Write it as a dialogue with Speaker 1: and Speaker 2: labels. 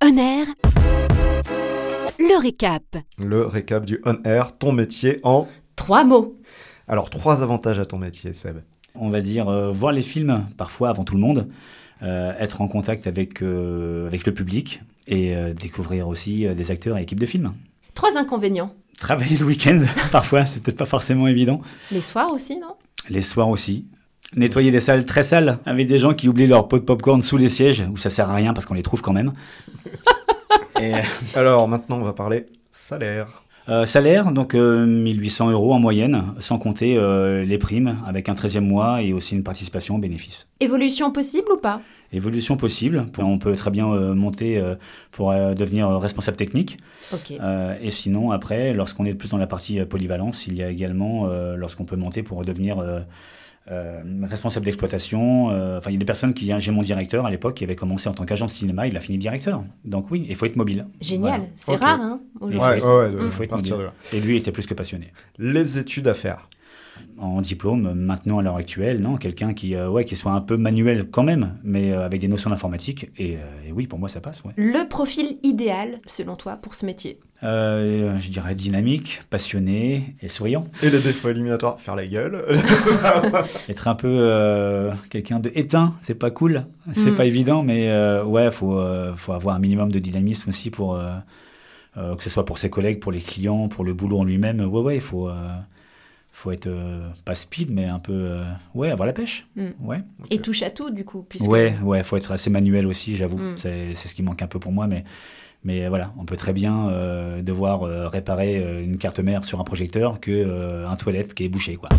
Speaker 1: Honneur. Le récap.
Speaker 2: Le récap du on-air, ton métier en...
Speaker 1: Trois mots.
Speaker 2: Alors, trois avantages à ton métier, Seb.
Speaker 3: on va dire, euh, voir les films parfois avant tout le monde, euh, être en contact avec, euh, avec le public et euh, découvrir aussi euh, des acteurs et équipes de films.
Speaker 4: Trois inconvénients.
Speaker 3: Travailler le week-end, parfois, c'est peut-être pas forcément évident.
Speaker 4: Les soirs aussi, non
Speaker 3: Les soirs aussi. Nettoyer des salles très sales avec des gens qui oublient leur pot de popcorn sous les sièges, où ça sert à rien parce qu'on les trouve quand même. et,
Speaker 2: Alors, maintenant, on va parler salaire.
Speaker 3: euh, salaire, donc euh, 1800 euros en moyenne, sans compter euh, les primes, avec un 13e mois et aussi une participation aux bénéfices.
Speaker 4: Évolution possible ou pas
Speaker 3: Évolution possible, pour- on peut très bien euh, monter euh, pour euh, devenir euh, responsable technique.
Speaker 4: Ok.
Speaker 3: Euh, et sinon, après, lorsqu'on est plus dans la partie euh, polyvalence, il y a également, euh, lorsqu'on peut monter pour devenir euh, euh, responsable d'exploitation, euh, enfin, il y a des personnes qui, j'ai mon directeur à l'époque qui avait commencé en tant qu'agent de cinéma, il a fini directeur. Donc oui, il faut être mobile.
Speaker 4: Génial.
Speaker 3: Voilà.
Speaker 4: C'est
Speaker 2: Ok.
Speaker 4: rare, hein aujourd'hui.
Speaker 3: Ouais,
Speaker 2: de-
Speaker 4: Mm.
Speaker 2: à
Speaker 3: Faut être
Speaker 2: partir de
Speaker 3: mobile.
Speaker 2: là.
Speaker 3: Et lui était plus que passionné.
Speaker 2: Les études à faire.
Speaker 3: En diplôme, maintenant à l'heure actuelle, non, quelqu'un qui, euh, ouais, qui soit un peu manuel quand même, mais euh, avec des notions d'informatique. Et, euh, et oui, pour moi, ça passe. Ouais.
Speaker 4: Le profil idéal, selon toi, pour ce métier
Speaker 3: Euh, je dirais dynamique, passionné et souriant.
Speaker 2: Et les défauts éliminatoires, faire la gueule.
Speaker 3: Être un peu euh, quelqu'un de éteint, c'est pas cool, c'est
Speaker 4: Mm.
Speaker 3: pas évident, mais euh, ouais, faut euh, faut avoir un minimum de dynamisme aussi pour euh, euh, que ce soit pour ses collègues, pour les clients, pour le boulot en lui-même. Ouais, ouais, il faut euh, faut être euh, pas speed, mais un peu euh, ouais, avoir la pêche.
Speaker 4: Mm.
Speaker 3: Ouais,
Speaker 4: Et touche à tout, du coup, puisque
Speaker 3: ouais, ouais, faut être assez manuel aussi, j'avoue.
Speaker 4: Mm.
Speaker 3: C'est c'est ce qui manque un peu pour moi, mais mais voilà, on peut très bien euh, devoir euh, réparer euh, une carte mère sur un projecteur que euh, un toilette qui est bouché, quoi.